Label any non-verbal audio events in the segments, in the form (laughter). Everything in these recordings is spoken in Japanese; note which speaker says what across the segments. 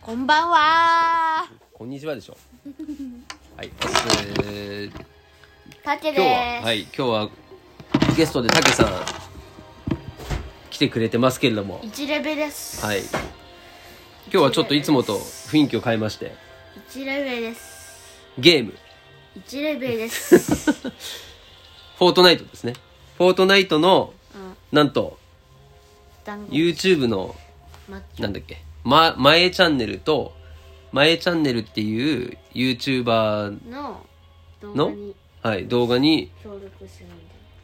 Speaker 1: こんばんは
Speaker 2: こんにちはで
Speaker 1: (laughs)
Speaker 2: しょはい、えー、
Speaker 1: たけ
Speaker 2: 今日は
Speaker 1: です、
Speaker 2: はい今日はゲストでたけさん来てくれてますけれども
Speaker 1: 一レベです
Speaker 2: はい今日はちょっといつもと雰囲気を変えまして
Speaker 1: 一レベです
Speaker 2: ゲーム
Speaker 1: 一レベです
Speaker 2: (laughs) フォートナイトですねフォートナイトの
Speaker 1: うん
Speaker 2: なんと
Speaker 1: 団子
Speaker 2: YouTube の
Speaker 1: ま
Speaker 2: なんだっけ、ま、前チャンネルと前チャンネルっていう YouTuber
Speaker 1: の動画
Speaker 2: の
Speaker 1: に、
Speaker 2: はい、動画に、
Speaker 1: 協力するんだ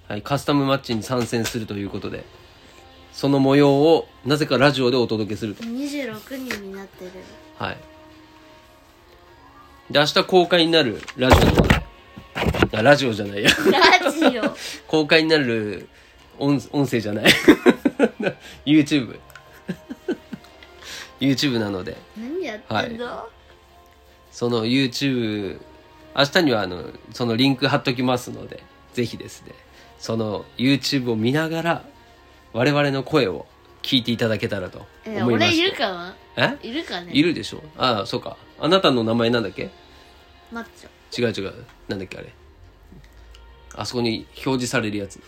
Speaker 2: はい、カスタムマッチに参戦するということでその模様をなぜかラジオでお届けすると
Speaker 1: 26人になって
Speaker 2: (laughs)
Speaker 1: る
Speaker 2: はいで明日公開になるラジオあラジオじゃないや (laughs)
Speaker 1: ラジオ
Speaker 2: 公開になる音音声じゃない (laughs) YouTubeYouTube なので
Speaker 1: 何やってんの、
Speaker 2: その YouTube 明日にはあのそのリンク貼っときますのでぜひですねその YouTube を見ながら我々の声を聞いていただけたらと
Speaker 1: え
Speaker 2: 思いま
Speaker 1: 俺
Speaker 2: す
Speaker 1: いるかない
Speaker 2: え
Speaker 1: いるかね
Speaker 2: いるでしょああそうかあなたの名前なんだっけ
Speaker 1: マッチョ
Speaker 2: 違う違うなんだっけあれあそこに表示されるやつ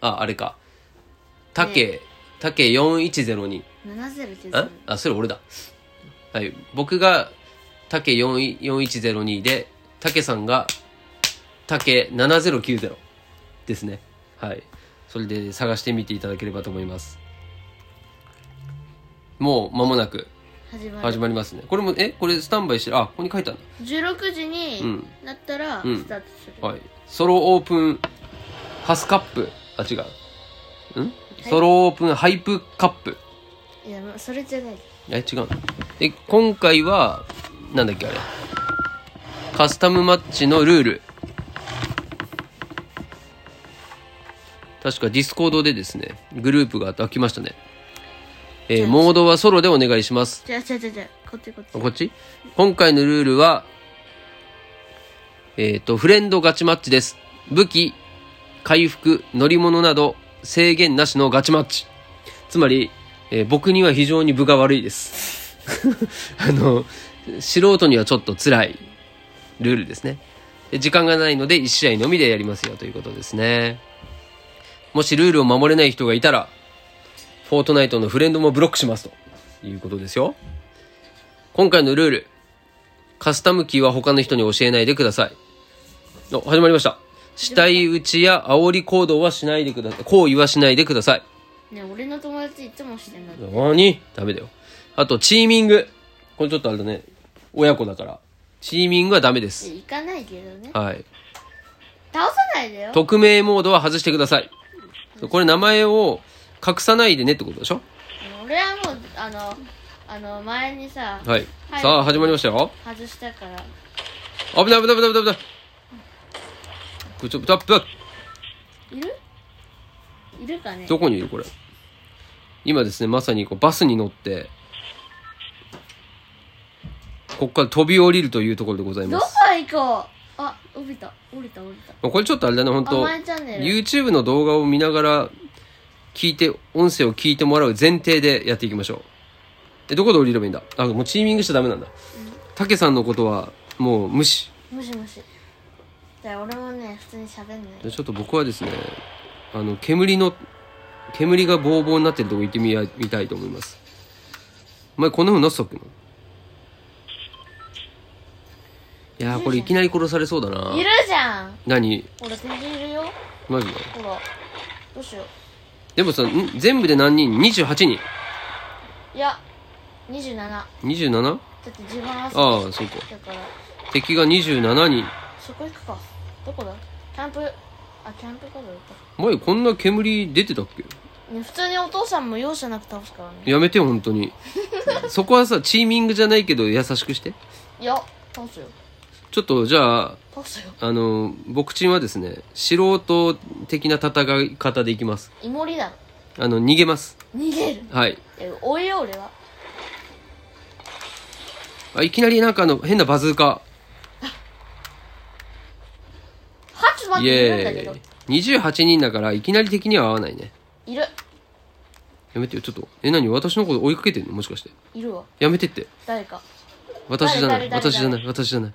Speaker 2: ああれかたけたけ4102
Speaker 1: 7090
Speaker 2: ああそれ俺だはい僕が竹4 4102で竹さんが竹7090ですねはいそれで探してみていただければと思いますもう間もなく
Speaker 1: 始ま
Speaker 2: 始
Speaker 1: る
Speaker 2: まりますねこれもえこれスタンバイしてるあここに書いてあるん
Speaker 1: 16時
Speaker 2: う
Speaker 1: に
Speaker 2: ん
Speaker 1: なったら
Speaker 2: うん
Speaker 1: スタートする、
Speaker 2: だはいソロオープンハスカップあ違うんソロオープンハイプカップ
Speaker 1: いやまあそれじゃない
Speaker 2: え違うのえ今回はなんだっけあれカスタムマッチのルール確かディスコードでですねグループが開きましたねえーモードはソロでお願いします
Speaker 1: じゃあじゃあじゃあじゃあこっちこっち
Speaker 2: こっち今回のルールはえっ、とフレンドガチマッチです武器回復乗り物など制限なしのガチマッチつまり、えー僕には非常に分が悪いです (laughs) あの素人にはちょっと辛いルールですねで時間がないので1試合のみでやりますよということですねもしルールを守れない人がいたらフォートナイトのフレンドもブロックしますということですよ今回のルールカスタムキーは他の人に教えないでくださいお始まりました死体打ちや煽り行動はしないでください行為はしないでください
Speaker 1: ね俺の友達いつもしてない
Speaker 2: 何ダメだよ。あと、チーミング。これちょっとあれだね。親子だから。チーミングはダメです。
Speaker 1: 行かないけどね
Speaker 2: はい。
Speaker 1: 倒さないでよ
Speaker 2: 匿名モードは外してください。これ名前を隠さないでねってことでしょ
Speaker 1: 俺はもうあのあの前にさ、
Speaker 2: はい。
Speaker 1: はい
Speaker 2: さあ、始まりましたよ。
Speaker 1: 外したから
Speaker 2: 危ない危ない危ない危ない危ない。これちょっと、タップ
Speaker 1: いるいるかね
Speaker 2: どこにいるこれ。今ですね、まさにこうバスに乗って、ここから飛び降りるというところでござい
Speaker 1: ど
Speaker 2: ま
Speaker 1: こ
Speaker 2: す。
Speaker 1: 行こうあ降りた降りた降りた
Speaker 2: これちょっとあれだね、本
Speaker 1: あ
Speaker 2: 当
Speaker 1: 前チャンネル
Speaker 2: YouTube の動画を見ながら聞いて音声を聞いてもらう前提でやっていきましょうえどこで降りればいいんだあもうチーミングしちゃダメなんだたけさんのことはもう無視
Speaker 1: もしもしじゃあ俺もね普通に喋んない
Speaker 2: でちょっと僕はですねあの煙の煙がボーボーになってるとこ行ってみやみたいと思いますお前こんなふうになってたっけないやーこれいきなり殺されそうだない
Speaker 1: るじゃん
Speaker 2: 何
Speaker 1: ほら全然いるよ
Speaker 2: マジで
Speaker 1: ほらどうしよ
Speaker 2: でもさん全部で何人 ?28 人
Speaker 1: ういや27だ
Speaker 2: 27?
Speaker 1: って自分は
Speaker 2: ああそうか
Speaker 1: だから
Speaker 2: 敵が27人
Speaker 1: そこ行くかどこだキャンプあキャンプから行っ
Speaker 2: 前こんな煙出てたっけ
Speaker 1: たね普通にお父さんも容赦なく倒すからね
Speaker 2: やめて本当にそこはさチーミングじゃないけど優しくして
Speaker 1: いや倒すよ
Speaker 2: ちょっとじゃあ
Speaker 1: 倒すよ
Speaker 2: あの僕チンはですね素人的な戦い方でいきます
Speaker 1: イモリだ
Speaker 2: あの逃げます
Speaker 1: 逃げる
Speaker 2: はい
Speaker 1: え追えよ俺は
Speaker 2: あいきなりなんかあの変なバズーカ
Speaker 1: ハチマっ
Speaker 2: イ
Speaker 1: ているんだけ
Speaker 2: エ
Speaker 1: ど
Speaker 2: ーイ28人だからいきなり敵には合わないね
Speaker 1: いる
Speaker 2: やめてよ、ちょっと。え、何私のこと追いかけてんのもしかして。
Speaker 1: いるわ
Speaker 2: やめてって。
Speaker 1: 誰か
Speaker 2: 私じゃな
Speaker 1: 誰
Speaker 2: い。
Speaker 1: 誰
Speaker 2: 私じゃない。私じゃない。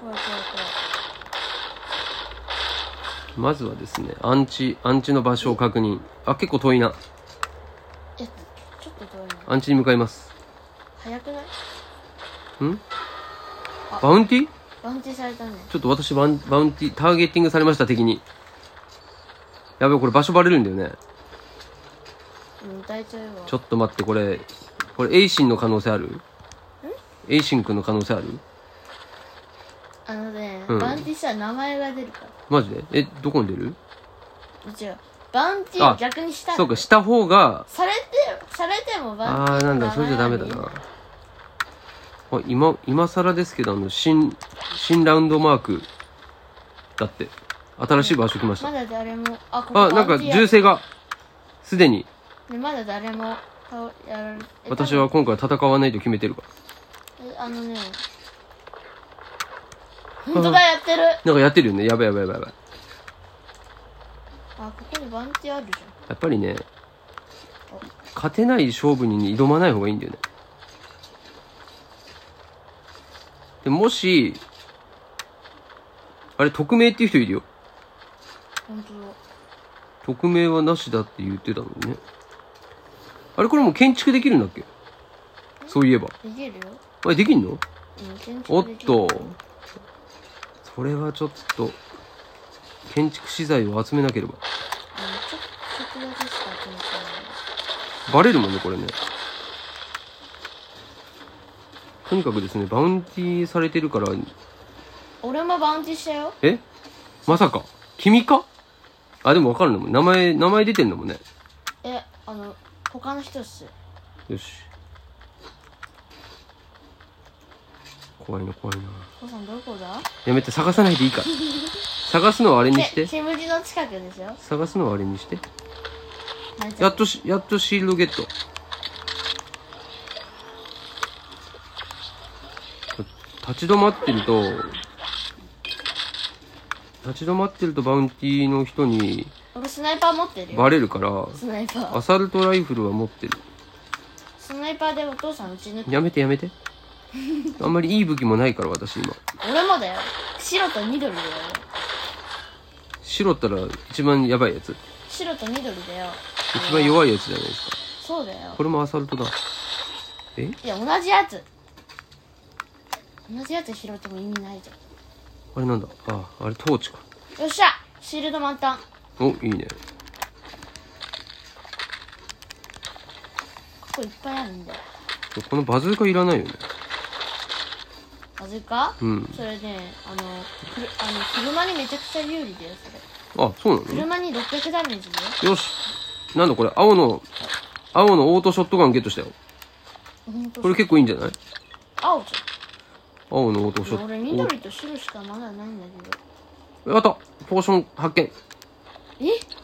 Speaker 1: 怖い怖い
Speaker 2: まずはですね、アンチ、アンチの場所を確認。あ、結構遠いな。
Speaker 1: 怖いえちょっと遠いな
Speaker 2: アンチに向かいます。
Speaker 1: 早くない
Speaker 2: ん
Speaker 1: あ
Speaker 2: バウンティー
Speaker 1: バウンティされたね
Speaker 2: ちょっと私バウンバウンティー、ターゲティングされました、敵に。やべえ、これ場所バレるんだよね。
Speaker 1: うん歌えちゃうわ
Speaker 2: ちょっと待って、これ、これ、エイシンの可能性あるエイシンくんの可能性ある
Speaker 1: あのね、
Speaker 2: うん
Speaker 1: バウンティしたら名前が出るから
Speaker 2: マジでえ、どこに出る
Speaker 1: 違うバウンティ
Speaker 2: あ
Speaker 1: を逆にしたら
Speaker 2: そうか、した方が、
Speaker 1: されてされてもバウン
Speaker 2: あ
Speaker 1: ティ
Speaker 2: ー、なんだ、
Speaker 1: 名前
Speaker 2: それじゃダメだ
Speaker 1: が見
Speaker 2: な。あ今、今更ですけど、あの、新、新ラウンドマーク、だって、新しい場所来まし
Speaker 1: ま
Speaker 2: た。
Speaker 1: だ誰もあここ
Speaker 2: あ、なん
Speaker 1: バウ
Speaker 2: か、
Speaker 1: ンティや
Speaker 2: 銃声が、すでに、
Speaker 1: ねまだ誰も倒やられえ
Speaker 2: 私は今回戦わないと決めてるから。
Speaker 1: 多分えあのね本当だやってる
Speaker 2: なんかやってるよね。やばいやばいやばいやばい。
Speaker 1: あここにバウンティあるじ
Speaker 2: やっぱりね、勝てない勝負に挑まない方がいいんだよね。でもし、あれ、匿名っていう人いるよ。
Speaker 1: ゃん本当だ
Speaker 2: 匿名はなしだって言ってたのにね。あれ、これもう建築できるんだっけそういえば。
Speaker 1: できるよ
Speaker 2: あれ、できんの
Speaker 1: うん建築
Speaker 2: おっ
Speaker 1: できる
Speaker 2: と。それはちょっと、建築資材を集めなければ。
Speaker 1: あのちょっとだけしか集めてな
Speaker 2: バレるもんね、これね。とにかくですね、バウンティーされてるから、
Speaker 1: い俺もバウンティしたよ
Speaker 2: えまさか、君かあ、でもわかるんだもん。名前、名前出てんだもんね。
Speaker 1: えあの他の人っす
Speaker 2: よし。怖いな、怖いな。
Speaker 1: 父さんどこだ
Speaker 2: やめて、探さないでいいから。探すのはあれにして。
Speaker 1: 煙の近くでしょ
Speaker 2: 探すのはあれにして。
Speaker 1: 泣いちゃ
Speaker 2: や
Speaker 1: う
Speaker 2: っとし、やっとシールドゲット。立ち止まってると、立ち止まってるとバウンティーの人に
Speaker 1: 俺スナイパー持ってるよ
Speaker 2: バレるから、
Speaker 1: スナイパー
Speaker 2: アサルトライフルは持ってる。
Speaker 1: スナイパーでお父さん撃ち抜く
Speaker 2: やめてやめて。あんまりいい武器もないから私今。
Speaker 1: 俺もだよ白と緑だよ
Speaker 2: 白ったら一番やばいやつ。
Speaker 1: 白と緑だよ
Speaker 2: 一番弱いやつじゃないですか。
Speaker 1: そうだよ
Speaker 2: これもアサルトだ。え
Speaker 1: いや同じやつ同じやつ拾っても意味ないじゃ
Speaker 2: あれなんだあ、あれトーチか。
Speaker 1: んよっしゃシールド満タン
Speaker 2: お、いいね。
Speaker 1: ここいっぱいあるんだよ
Speaker 2: このバズーカいらないよね。
Speaker 1: なぜか、
Speaker 2: うん
Speaker 1: それねあのくるあの車にめちゃくちゃ有利だよそれ
Speaker 2: あ、そうなの
Speaker 1: 車に600ダメージだよ
Speaker 2: よし。なんだこれ、青の、青のオートショットガンゲットしたよ。
Speaker 1: ほんと
Speaker 2: これ結構いいんじゃない
Speaker 1: 青じ
Speaker 2: 青のオートシ
Speaker 1: ゃ
Speaker 2: ョ
Speaker 1: ん俺
Speaker 2: ット。
Speaker 1: 緑と白しかまだないんだけど
Speaker 2: おあったポーション発見。
Speaker 1: え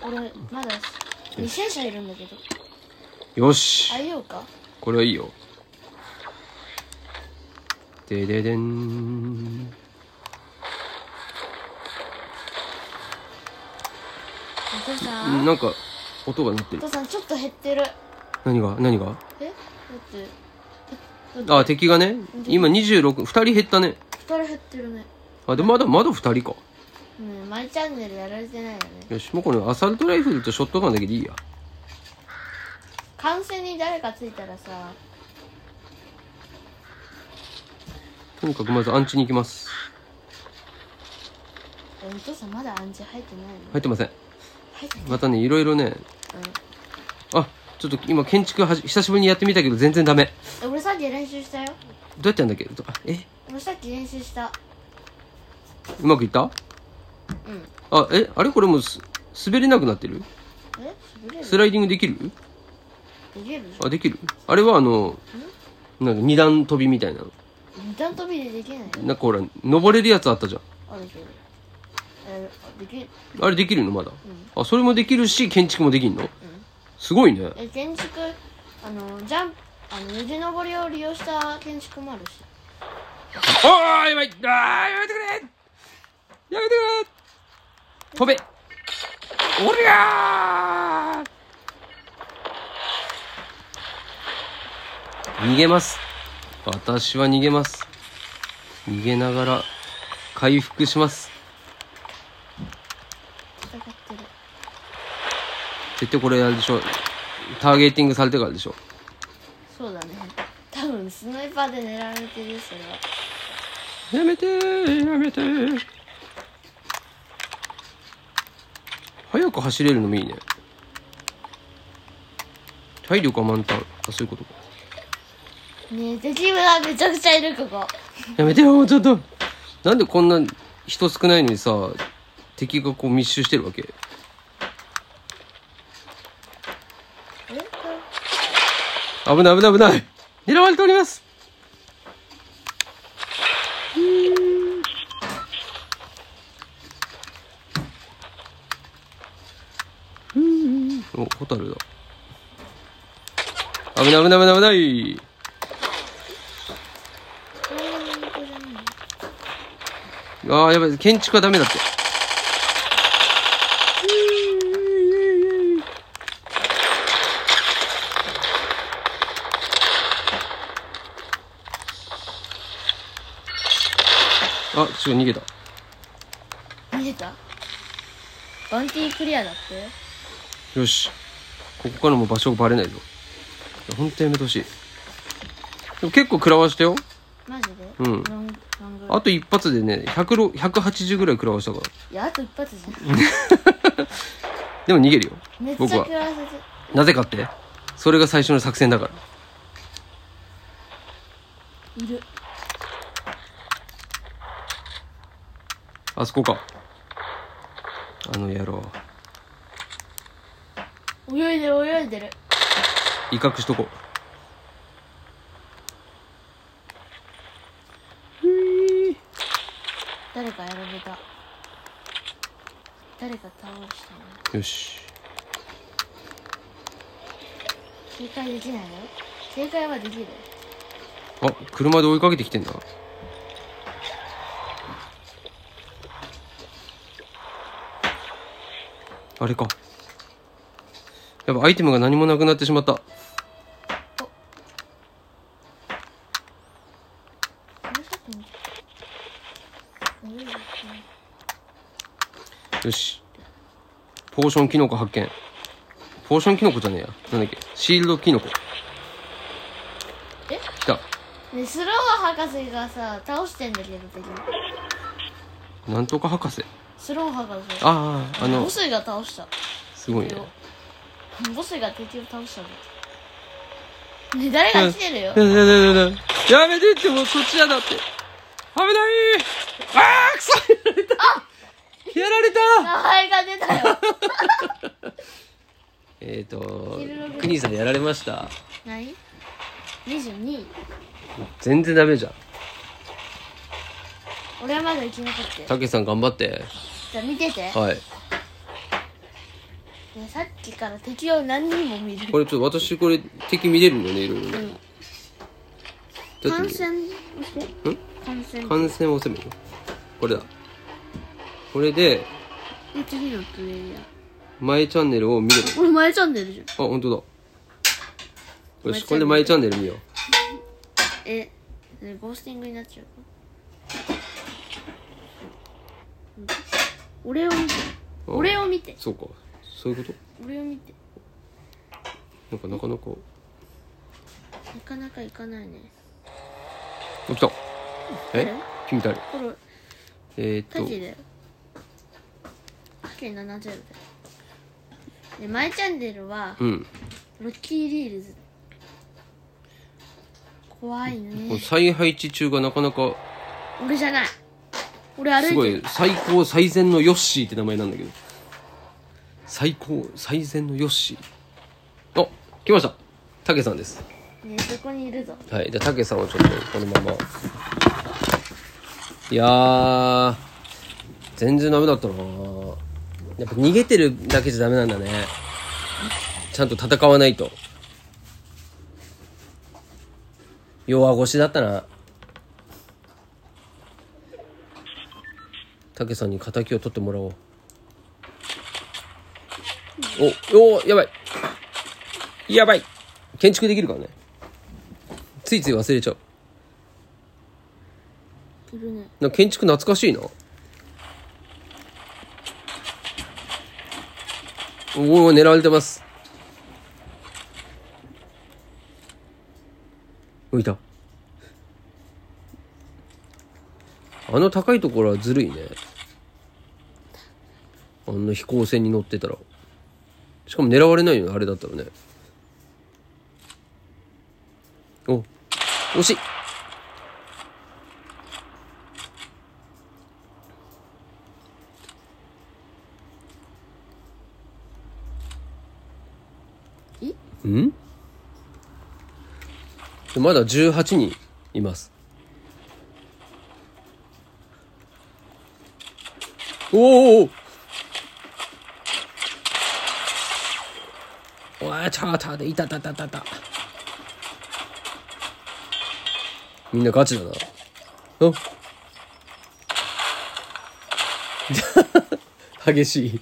Speaker 1: 俺まだ2戦車いるんだけど
Speaker 2: よし
Speaker 1: あ。げようか
Speaker 2: これはいいよ。でででん。
Speaker 1: お父さん
Speaker 2: なんか、音が鳴って
Speaker 1: お
Speaker 2: る。
Speaker 1: 父さんちょっと減ってる
Speaker 2: 何が何が
Speaker 1: えだって
Speaker 2: あ、敵がね、今26、2人減ったね。
Speaker 1: 2人減ってるね
Speaker 2: あ、で、まだまだ2人か。
Speaker 1: うんマイチャンネルやられてないよね
Speaker 2: よし、もうこれアサルトライフルとショットガンだけでいいや。
Speaker 1: 完成に誰かついたらさ
Speaker 2: とにかくまずアンチに行きます。
Speaker 1: えお父さんまだ暗示入ってないの
Speaker 2: 入ってません。
Speaker 1: 入ってない
Speaker 2: またね、いろいろね、あ、ちょっと今建築はじ久しぶりにやってみたけど全然ダメ。
Speaker 1: え俺さっき練習したよ
Speaker 2: どうやってやんだっけどあえ
Speaker 1: 俺さっき練習した
Speaker 2: うまくいった
Speaker 1: うん
Speaker 2: あ、えあれこれもうす滑れなくなってる
Speaker 1: え滑れる
Speaker 2: スライディングできる
Speaker 1: できるじ
Speaker 2: あ、できるあれはあの、なんか二段飛びみたいなの。
Speaker 1: ゃん二段跳びでできないよ
Speaker 2: なんかほら、登れるやつあったじゃん。
Speaker 1: あできるえあできる
Speaker 2: あれできるのまだ。あ、それもできるし、建築もできんのすごいね。
Speaker 1: え建築あのジャンプあのよじ登りを利用した建築もあるし
Speaker 2: あーやばいあーやめてくれやめてくれ飛べおりゃー逃げます。私は逃げます。逃げながら回復します。
Speaker 1: 戦ってる
Speaker 2: 絶対これあれでしょ。ターゲーティングされてからでしょ。
Speaker 1: そうだね多分スナイパーで狙われてるそれは
Speaker 2: やめてーやめてー早く走れるのもいいね体力は満タンあそういうことか
Speaker 1: ねえ敵がめちゃくちゃいるここ
Speaker 2: やめてよちょっとなんでこんな人少ないのにさ敵がこう密集してるわけ
Speaker 1: えこ
Speaker 2: 危ない危ない危ない狙われておりますうーんうーんおホタルだ危ない危ない危ない危ない
Speaker 1: れこれこれ
Speaker 2: ああやばい建築はダメだってあ違う逃げた
Speaker 1: 逃げたバンティークリアだって
Speaker 2: よしここからも場所バレないぞほんとやめてほしいでも結構食らわしたよ
Speaker 1: マジで
Speaker 2: うん
Speaker 1: ロンロング
Speaker 2: あと一発でね100ろ180ぐらい食らわしたから
Speaker 1: いやあと一発じゃん
Speaker 2: でも逃げるよ
Speaker 1: めっちゃ
Speaker 2: 僕
Speaker 1: 食
Speaker 2: は
Speaker 1: らわせて
Speaker 2: なぜかってそれが最初の作戦だから
Speaker 1: いる
Speaker 2: あそこかあの野郎
Speaker 1: 泳いでる泳いでる
Speaker 2: 威嚇しとこ
Speaker 1: 誰かやられた誰か倒したな
Speaker 2: うよし
Speaker 1: 正解できないよ正解はできる
Speaker 2: あ車で追いかけてきてんだあれかやっぱアイテムが何もなくなってしまった
Speaker 1: これさっきの泳いでる
Speaker 2: よしポーションキノコ発見ポーションキノコじゃねえやなんだっけシールドキノコ
Speaker 1: え
Speaker 2: 来た
Speaker 1: ねスロー博士がさ倒してんだけど敵
Speaker 2: なんとか博士
Speaker 1: スロー博士
Speaker 2: あああの
Speaker 1: ボスが倒した
Speaker 2: すごいね
Speaker 1: ボスが敵を倒したんだね誰が来てるよ
Speaker 2: やややややめてってもうそっちやだって危ないあーくそやられたやられ
Speaker 1: 名
Speaker 2: た
Speaker 1: 前が出たよ
Speaker 2: えっ、ー、と
Speaker 1: ヒルログ
Speaker 2: クニーさんやられました
Speaker 1: 何 ?22 位
Speaker 2: 全然ダメじゃん
Speaker 1: 俺はまだ生き残ってる
Speaker 2: たけしさん頑張って
Speaker 1: じゃあ見てて、
Speaker 2: はい
Speaker 1: ね、さっきから敵を何人も見る
Speaker 2: これちょっと私これ敵見れるのねいろいろねだ
Speaker 1: 感
Speaker 2: って
Speaker 1: 染
Speaker 2: ね
Speaker 1: して
Speaker 2: ん
Speaker 1: 感染
Speaker 2: 感染を攻めるこれだこれで
Speaker 1: で次のプレイヤー
Speaker 2: マイチャンネルを見れば
Speaker 1: 俺前チャンネルじゃん
Speaker 2: あ本当だよ
Speaker 1: マイチャンネ
Speaker 2: し
Speaker 1: ル
Speaker 2: これでマイチャンネル見よう
Speaker 1: えねゴースティングになっちゃううん俺を見て
Speaker 2: あ
Speaker 1: 俺を見て
Speaker 2: そうかそういうこ
Speaker 1: 俺を見て
Speaker 2: となんかなかなか
Speaker 1: なかなかいかないね
Speaker 2: 起きたえ
Speaker 1: 誰
Speaker 2: 君誰
Speaker 1: これ
Speaker 2: えー、っ
Speaker 1: タ
Speaker 2: と
Speaker 1: ケだよタケ70だよで前チャンネルは
Speaker 2: うん
Speaker 1: ロッキーリールズ怖い
Speaker 2: この
Speaker 1: ね
Speaker 2: 再配置中がなかなか
Speaker 1: 俺じゃない俺歩い
Speaker 2: す
Speaker 1: て
Speaker 2: ごい最高最善のヨッシーって名前なんだけど最高最善のヨッシーあ来ましたタケさんです
Speaker 1: ねそこにいるぞ
Speaker 2: はいじゃあタケさんをちょっとこのままいやー全然ダメだったなやっぱ逃げてるだけじゃダメなんだねちゃんと戦わないと弱腰だったなタケさんに敵を取ってもらおうお、おーやばい。やばい。建築できるからね。ついつい忘れちゃう。
Speaker 1: いるね
Speaker 2: なんか建築懐かしいな。おお、狙われてます。浮いた。あの高いところはずるいね。あんな飛行船に乗ってたら。しかも狙われないよね、あれだったらね。お、惜しい。んでまだ18人いますおーおーおーおいチャーターでいたたたたたみんなガチだなお (laughs) 激しい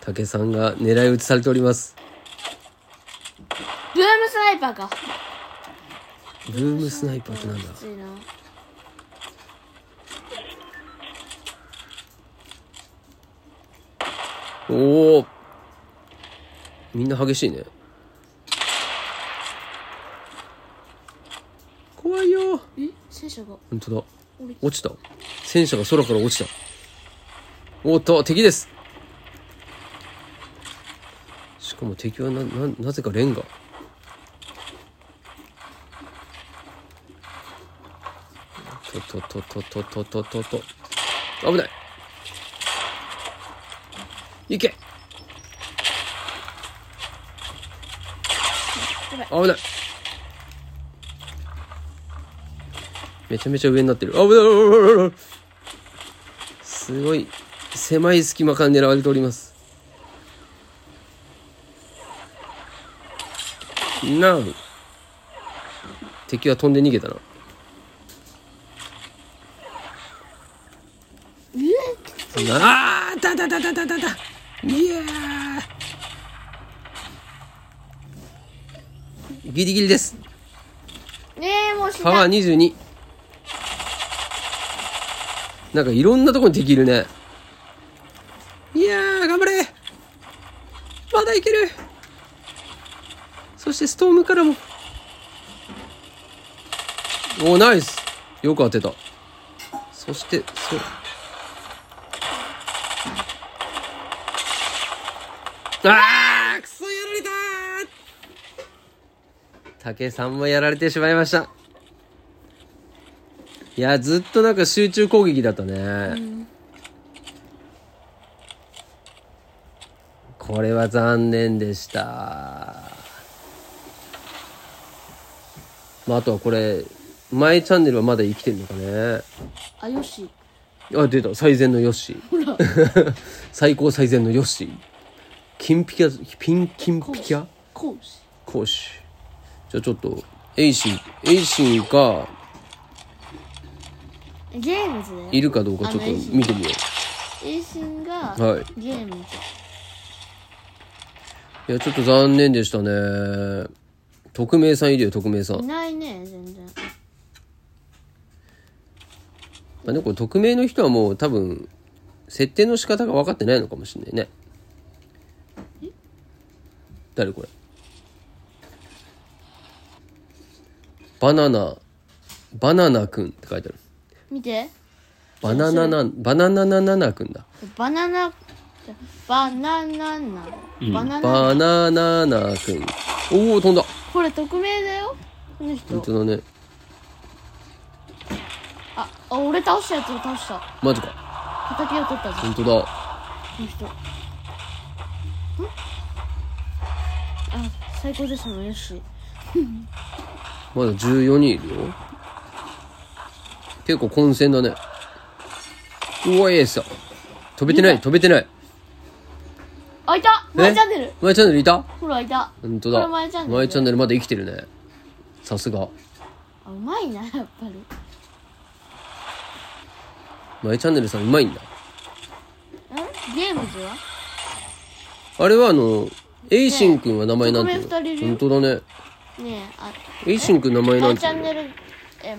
Speaker 2: 武さんが狙い撃ちされております
Speaker 1: ブームスナイパーか
Speaker 2: ブームスナイパーってなんだ
Speaker 1: きついな
Speaker 2: おおみんな激しいね怖いよ
Speaker 1: え戦車が
Speaker 2: 本当だ
Speaker 1: 降りて
Speaker 2: 落ちた戦車が空から落ちたおっと敵ですしかも敵はなななぜかレンガととととととととと危ない行け危ないめちゃめちゃ上になってる。あ、危ない危ない危ない危ないすごい、狭い隙間から狙われております。なん。敵は飛んで逃げたな。なあーだだだだだだだいやーギリギリです。
Speaker 1: ねえもう死ん
Speaker 2: パ
Speaker 1: だ
Speaker 2: ワー22なんかいろんなとこに敵いるねいやー頑張れまだいけるそしてストームからもおーナイスよく当てたそしてそうあーくそやられたー武井さんもやられてしまいましたいやずっとなんか集中攻撃だったね、これは残念でしたまああとはこれ前チャンネルはまだ生きてるのかね
Speaker 1: あよし
Speaker 2: あ出た最善のヨッシー (laughs) 最高最善のヨッシー金ピキャピン金ピキャ
Speaker 1: こうし
Speaker 2: 講師じゃあちょっとエイシンエイシンが
Speaker 1: ゲームズだよ
Speaker 2: いるかどうかちょっと見てみよ
Speaker 1: 衛星が
Speaker 2: うはい
Speaker 1: ゲームズ
Speaker 2: いやちょっと残念でしたね匿名さんいるよ匿名さ
Speaker 1: い
Speaker 2: ん
Speaker 1: ないね全然
Speaker 2: あでもこれ匿名の人はもう多分設定の仕方が分かってないのかもしれないね誰これバナナバナナくんって書いてある
Speaker 1: 見て
Speaker 2: バナナナバナナナナナくんだ
Speaker 1: バナナバナナナバナナ
Speaker 2: バナナナくんおお飛んだ
Speaker 1: これ匿名だよこの人
Speaker 2: 本当だね
Speaker 1: ああ俺倒したやつを倒した
Speaker 2: マジか
Speaker 1: 畑を取ったぞ
Speaker 2: 本当だ
Speaker 1: この人んあ最高ですもんよし
Speaker 2: まだ14人いるよ結構混戦だねうわエースだ飛べてない飛べてない
Speaker 1: あいた前チャンネル
Speaker 2: マイチャンネルいた
Speaker 1: ほらあいた
Speaker 2: 本当だ
Speaker 1: これマイチャンネル
Speaker 2: マイチャンネルまだ生きてるねさすが
Speaker 1: あうまいなやっぱり
Speaker 2: マイチャンネルさんうまいんだ
Speaker 1: んゲームズは
Speaker 2: あれはあの、エイシンくんは名前なんていう
Speaker 1: 匿名二人いる
Speaker 2: の
Speaker 1: よ
Speaker 2: 本当だね。
Speaker 1: ねえあ
Speaker 2: エイシンくん名前な
Speaker 1: 当
Speaker 2: んて
Speaker 1: チ
Speaker 2: い
Speaker 1: ャ
Speaker 2: う
Speaker 1: ン
Speaker 2: の
Speaker 1: ネルえ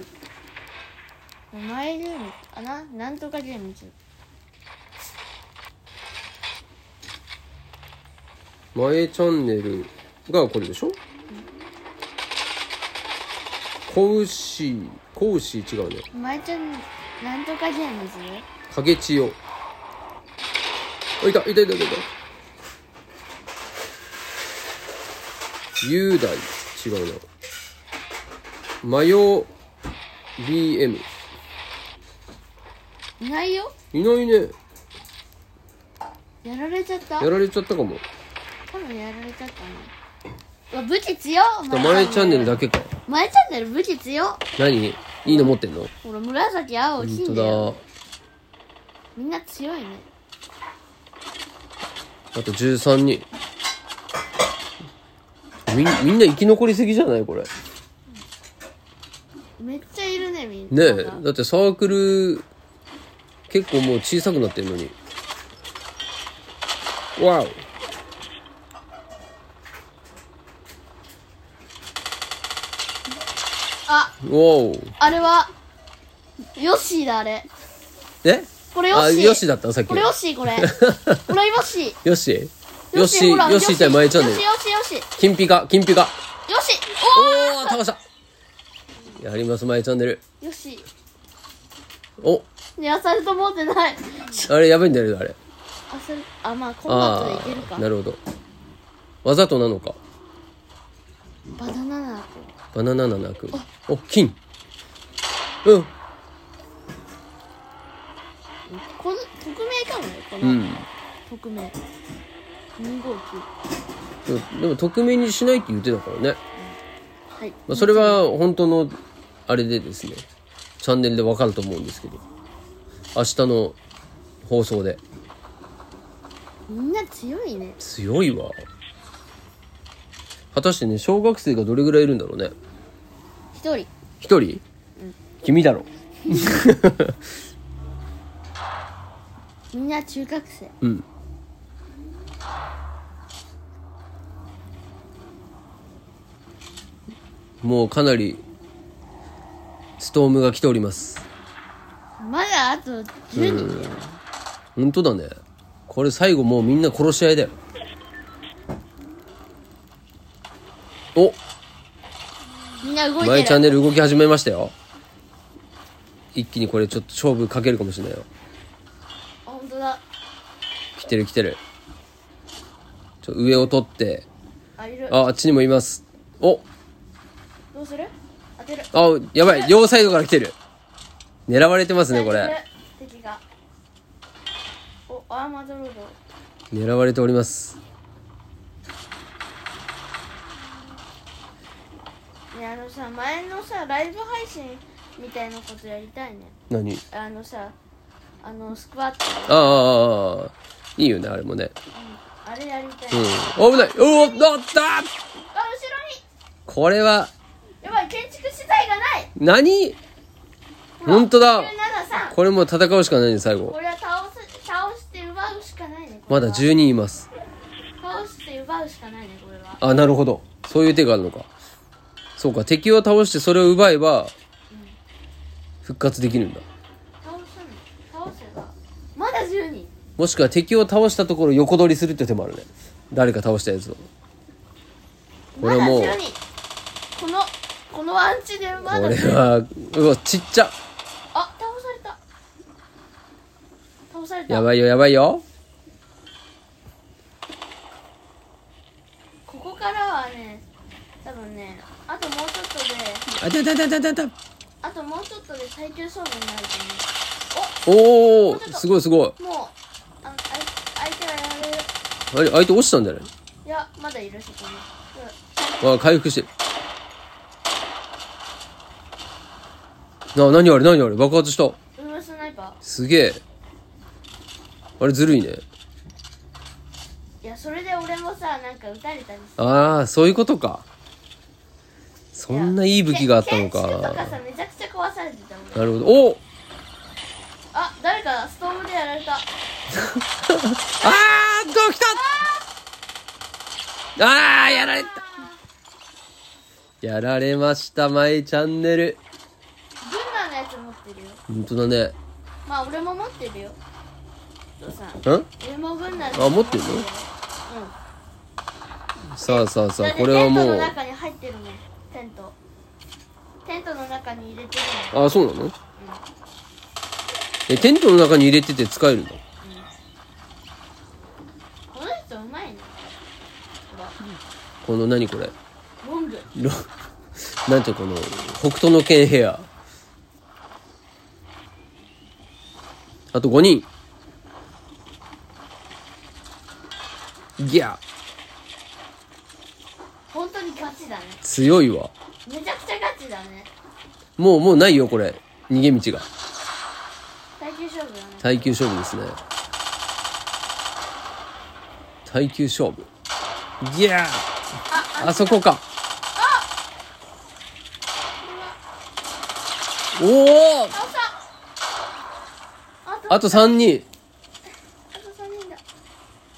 Speaker 1: 名前ゲームあななんとかゲームズ
Speaker 2: 前チャンネルがこれでしょコウシー、コウシー違うね。
Speaker 1: 前ちゃんなんとかゲームズ
Speaker 2: 影千代。あ、いた、いたいたいたいた。雄大。違うな。マヨ BM。
Speaker 1: いないよ
Speaker 2: いないね。
Speaker 1: やられちゃった
Speaker 2: やられちゃったかも。
Speaker 1: 多分やられちゃったなうわ武器強っお前
Speaker 2: 前チャンネルだけか。
Speaker 1: 前チャンネル武器強っ
Speaker 2: 何いいの持ってんの
Speaker 1: ほら紫青
Speaker 2: 本
Speaker 1: 金だよ
Speaker 2: 当
Speaker 1: みんな強いね
Speaker 2: だ。あと13人。みん、みんな生き残りすぎじゃないこれ。
Speaker 1: めっちゃいるねみん
Speaker 2: ね
Speaker 1: な
Speaker 2: え。だってサークル、結構もう小さくなってんのに。わお。
Speaker 1: あ
Speaker 2: おお。
Speaker 1: あれはヨッシーだあれ
Speaker 2: え
Speaker 1: これヨッシー
Speaker 2: あヨッシーだったさっき
Speaker 1: これヨッシーこ
Speaker 2: (laughs)
Speaker 1: れこれヨッシー
Speaker 2: よしよし、
Speaker 1: ほら
Speaker 2: よし対前チャンネル
Speaker 1: よ。しよしよしよ
Speaker 2: 金ピカ、金ピカ。
Speaker 1: し
Speaker 2: おー、倒した。やります、前チャンネル。
Speaker 1: おーよし
Speaker 2: お、
Speaker 1: ねアサルト持ってない
Speaker 2: あれやばいんだよね、あれ。
Speaker 1: アサルあまあコンバ
Speaker 2: あ
Speaker 1: ットでいけるか
Speaker 2: ー、なるほど。わざとなのか。
Speaker 1: バナナナ
Speaker 2: バナナナなく。お、金。うん。
Speaker 1: この匿名かもねこの、
Speaker 2: うん。
Speaker 1: 匿名2号機
Speaker 2: でも、匿名にしないって言ってたからね。
Speaker 1: はい
Speaker 2: まあ、それは本当のあれでですねチャンネルでわかると思うんですけど明日の放送で
Speaker 1: みんな強いね
Speaker 2: 強いわ果たしてね小学生がどれぐらいいるんだろうね
Speaker 1: 一人
Speaker 2: 一人、君だろ
Speaker 1: みんな中学生
Speaker 2: うんもうかなりストームが来ております
Speaker 1: まだあと10人だよ
Speaker 2: 本当だねこれ最後もうみんな殺し合いだよお
Speaker 1: みんな動いてる
Speaker 2: 前チャンネル動き始めましたよ一気にこれちょっと勝負かけるかもしれないよ
Speaker 1: あ本当だ
Speaker 2: 来てる来てるちょ上を取って
Speaker 1: あいる
Speaker 2: ああっちにもいますお
Speaker 1: どうする当てる
Speaker 2: あやばい両サイドから来てる狙われてますねこ
Speaker 1: 当て
Speaker 2: れ
Speaker 1: る敵がおアーマードロード
Speaker 2: 狙われております
Speaker 1: ねあのさ前のさライブ配信みたいなことやりたいね
Speaker 2: 何
Speaker 1: あのさあのスクワット
Speaker 2: ああああああいいよねあれもね
Speaker 1: あれやりたい、あ後
Speaker 2: うん危ないおお乗った
Speaker 1: ろ
Speaker 2: これは
Speaker 1: にやばい建築資材がない
Speaker 2: 何本当だ
Speaker 1: 973
Speaker 2: これもう戦うしかないね最後
Speaker 1: これは倒す倒して奪うしかないねこ
Speaker 2: ま
Speaker 1: れは
Speaker 2: だ10人います
Speaker 1: 倒して奪うしかないねこれは
Speaker 2: あなるほどそういう手があるのかそうか敵を倒してそれを奪えば復活できるんだ
Speaker 1: 倒すの倒せばまだ10人
Speaker 2: もしくは敵を倒したところ横取りするって手もあるね誰か倒したやつをこ
Speaker 1: ま
Speaker 2: れ
Speaker 1: だ
Speaker 2: もう
Speaker 1: 10人このこのアンチでま
Speaker 2: こ
Speaker 1: だ
Speaker 2: れはうわちっちゃ
Speaker 1: あ倒された倒された
Speaker 2: やばいよやばいよ
Speaker 1: ここからはね多分ねあともうちょっとで
Speaker 2: あたたたたたた
Speaker 1: あともうちょっとで最強装備になる
Speaker 2: おおすごいすごい
Speaker 1: と思うもうあのあい相手はやれる
Speaker 2: あれ相手落ちたんじゃない
Speaker 1: いやまだいるそこに
Speaker 2: あ回復してるな何あれ何あれ爆発した
Speaker 1: うんウームスナイパ
Speaker 2: すげえあれずるいね
Speaker 1: ーいやそれで俺もさなんか撃たれたりす
Speaker 2: ああそういうことかそんないい武器があったの
Speaker 1: 建築とか
Speaker 2: か
Speaker 1: さめちゃくちゃ壊されてたもん
Speaker 2: なるほど (laughs) お
Speaker 1: あ誰かストームでやられた
Speaker 2: ああどう来たあーやられたやられました、まいチャンネル。
Speaker 1: 軍団のやつ持ってるよ
Speaker 2: ほんとだね。
Speaker 1: まあ俺も持ってるよお父さん
Speaker 2: ん
Speaker 1: 俺も軍団
Speaker 2: あ持ってるの
Speaker 1: うん
Speaker 2: さあさあさあ、
Speaker 1: だって
Speaker 2: これはも
Speaker 1: テントの
Speaker 2: う。
Speaker 1: 中に入ってるもんテントテントの中に入れてる
Speaker 2: あ、そうなのえ、テントの中に入れてて使えるの
Speaker 1: もんこの人うまいねほら
Speaker 2: この何これ
Speaker 1: ロング
Speaker 2: ろ (laughs) なんてこの、北斗の剣ヘア。あと5人。ギャー
Speaker 1: 本当にガチだね
Speaker 2: 強いわ。
Speaker 1: めちゃくちゃガチだね
Speaker 2: もう、もうないよ、これ。逃げ道が。
Speaker 1: 耐久勝負だね
Speaker 2: 耐久勝負ですね。耐久勝負。ギャー
Speaker 1: あ
Speaker 2: あそこか。お
Speaker 1: あ
Speaker 2: お
Speaker 1: おさ
Speaker 2: あと3人。
Speaker 1: あと三人だ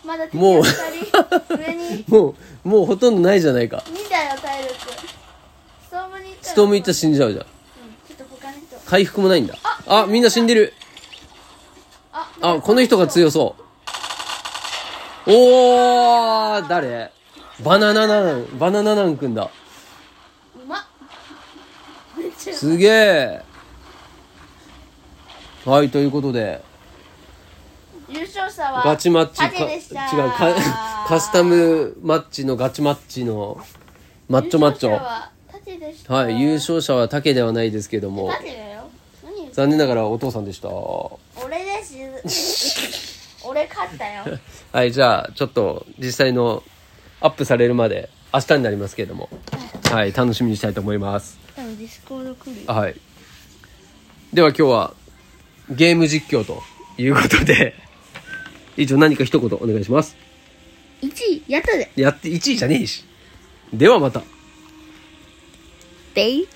Speaker 1: まだ敵
Speaker 2: もう
Speaker 1: が二人上に
Speaker 2: もう、もうほとんどないじゃないか。
Speaker 1: 2だよ体力ストームに行ったら
Speaker 2: ストーム行ったら死んじゃうじゃ
Speaker 1: う
Speaker 2: ん。
Speaker 1: んちょっと他の人
Speaker 2: 回復もないんだ。あ、みんな死んでる。
Speaker 1: あ
Speaker 2: あ、この人が強そう。おー誰バナナナン、バナナナンくんだ。
Speaker 1: うまっめっちゃうます
Speaker 2: げえ。はい、ということで、
Speaker 1: 優勝者は
Speaker 2: ガチマッチ、
Speaker 1: ハゲでした
Speaker 2: 違うカ、 (laughs) カスタムマッチのガチマッチの、マッチョマッチ
Speaker 1: 優勝者
Speaker 2: ョ。
Speaker 1: はタチでした
Speaker 2: はい、優勝者は竹ではないですけども
Speaker 1: タ、チだよ何言って
Speaker 2: 残念ながらお父さんでした。は
Speaker 1: 俺です。
Speaker 2: (laughs)
Speaker 1: 俺勝ったよ。
Speaker 2: い、じゃあ、ちょっと、実際の、アップされるまで、明日になりますけれども、はい、楽しみにしたいと思います。
Speaker 1: 多分ディスコード来るよ。
Speaker 2: はい。では今日はゲーム実況ということで、以上何か一言お願いします。
Speaker 1: 1位、やったで。
Speaker 2: やって1位じゃねえし。ではまた。
Speaker 1: ベイ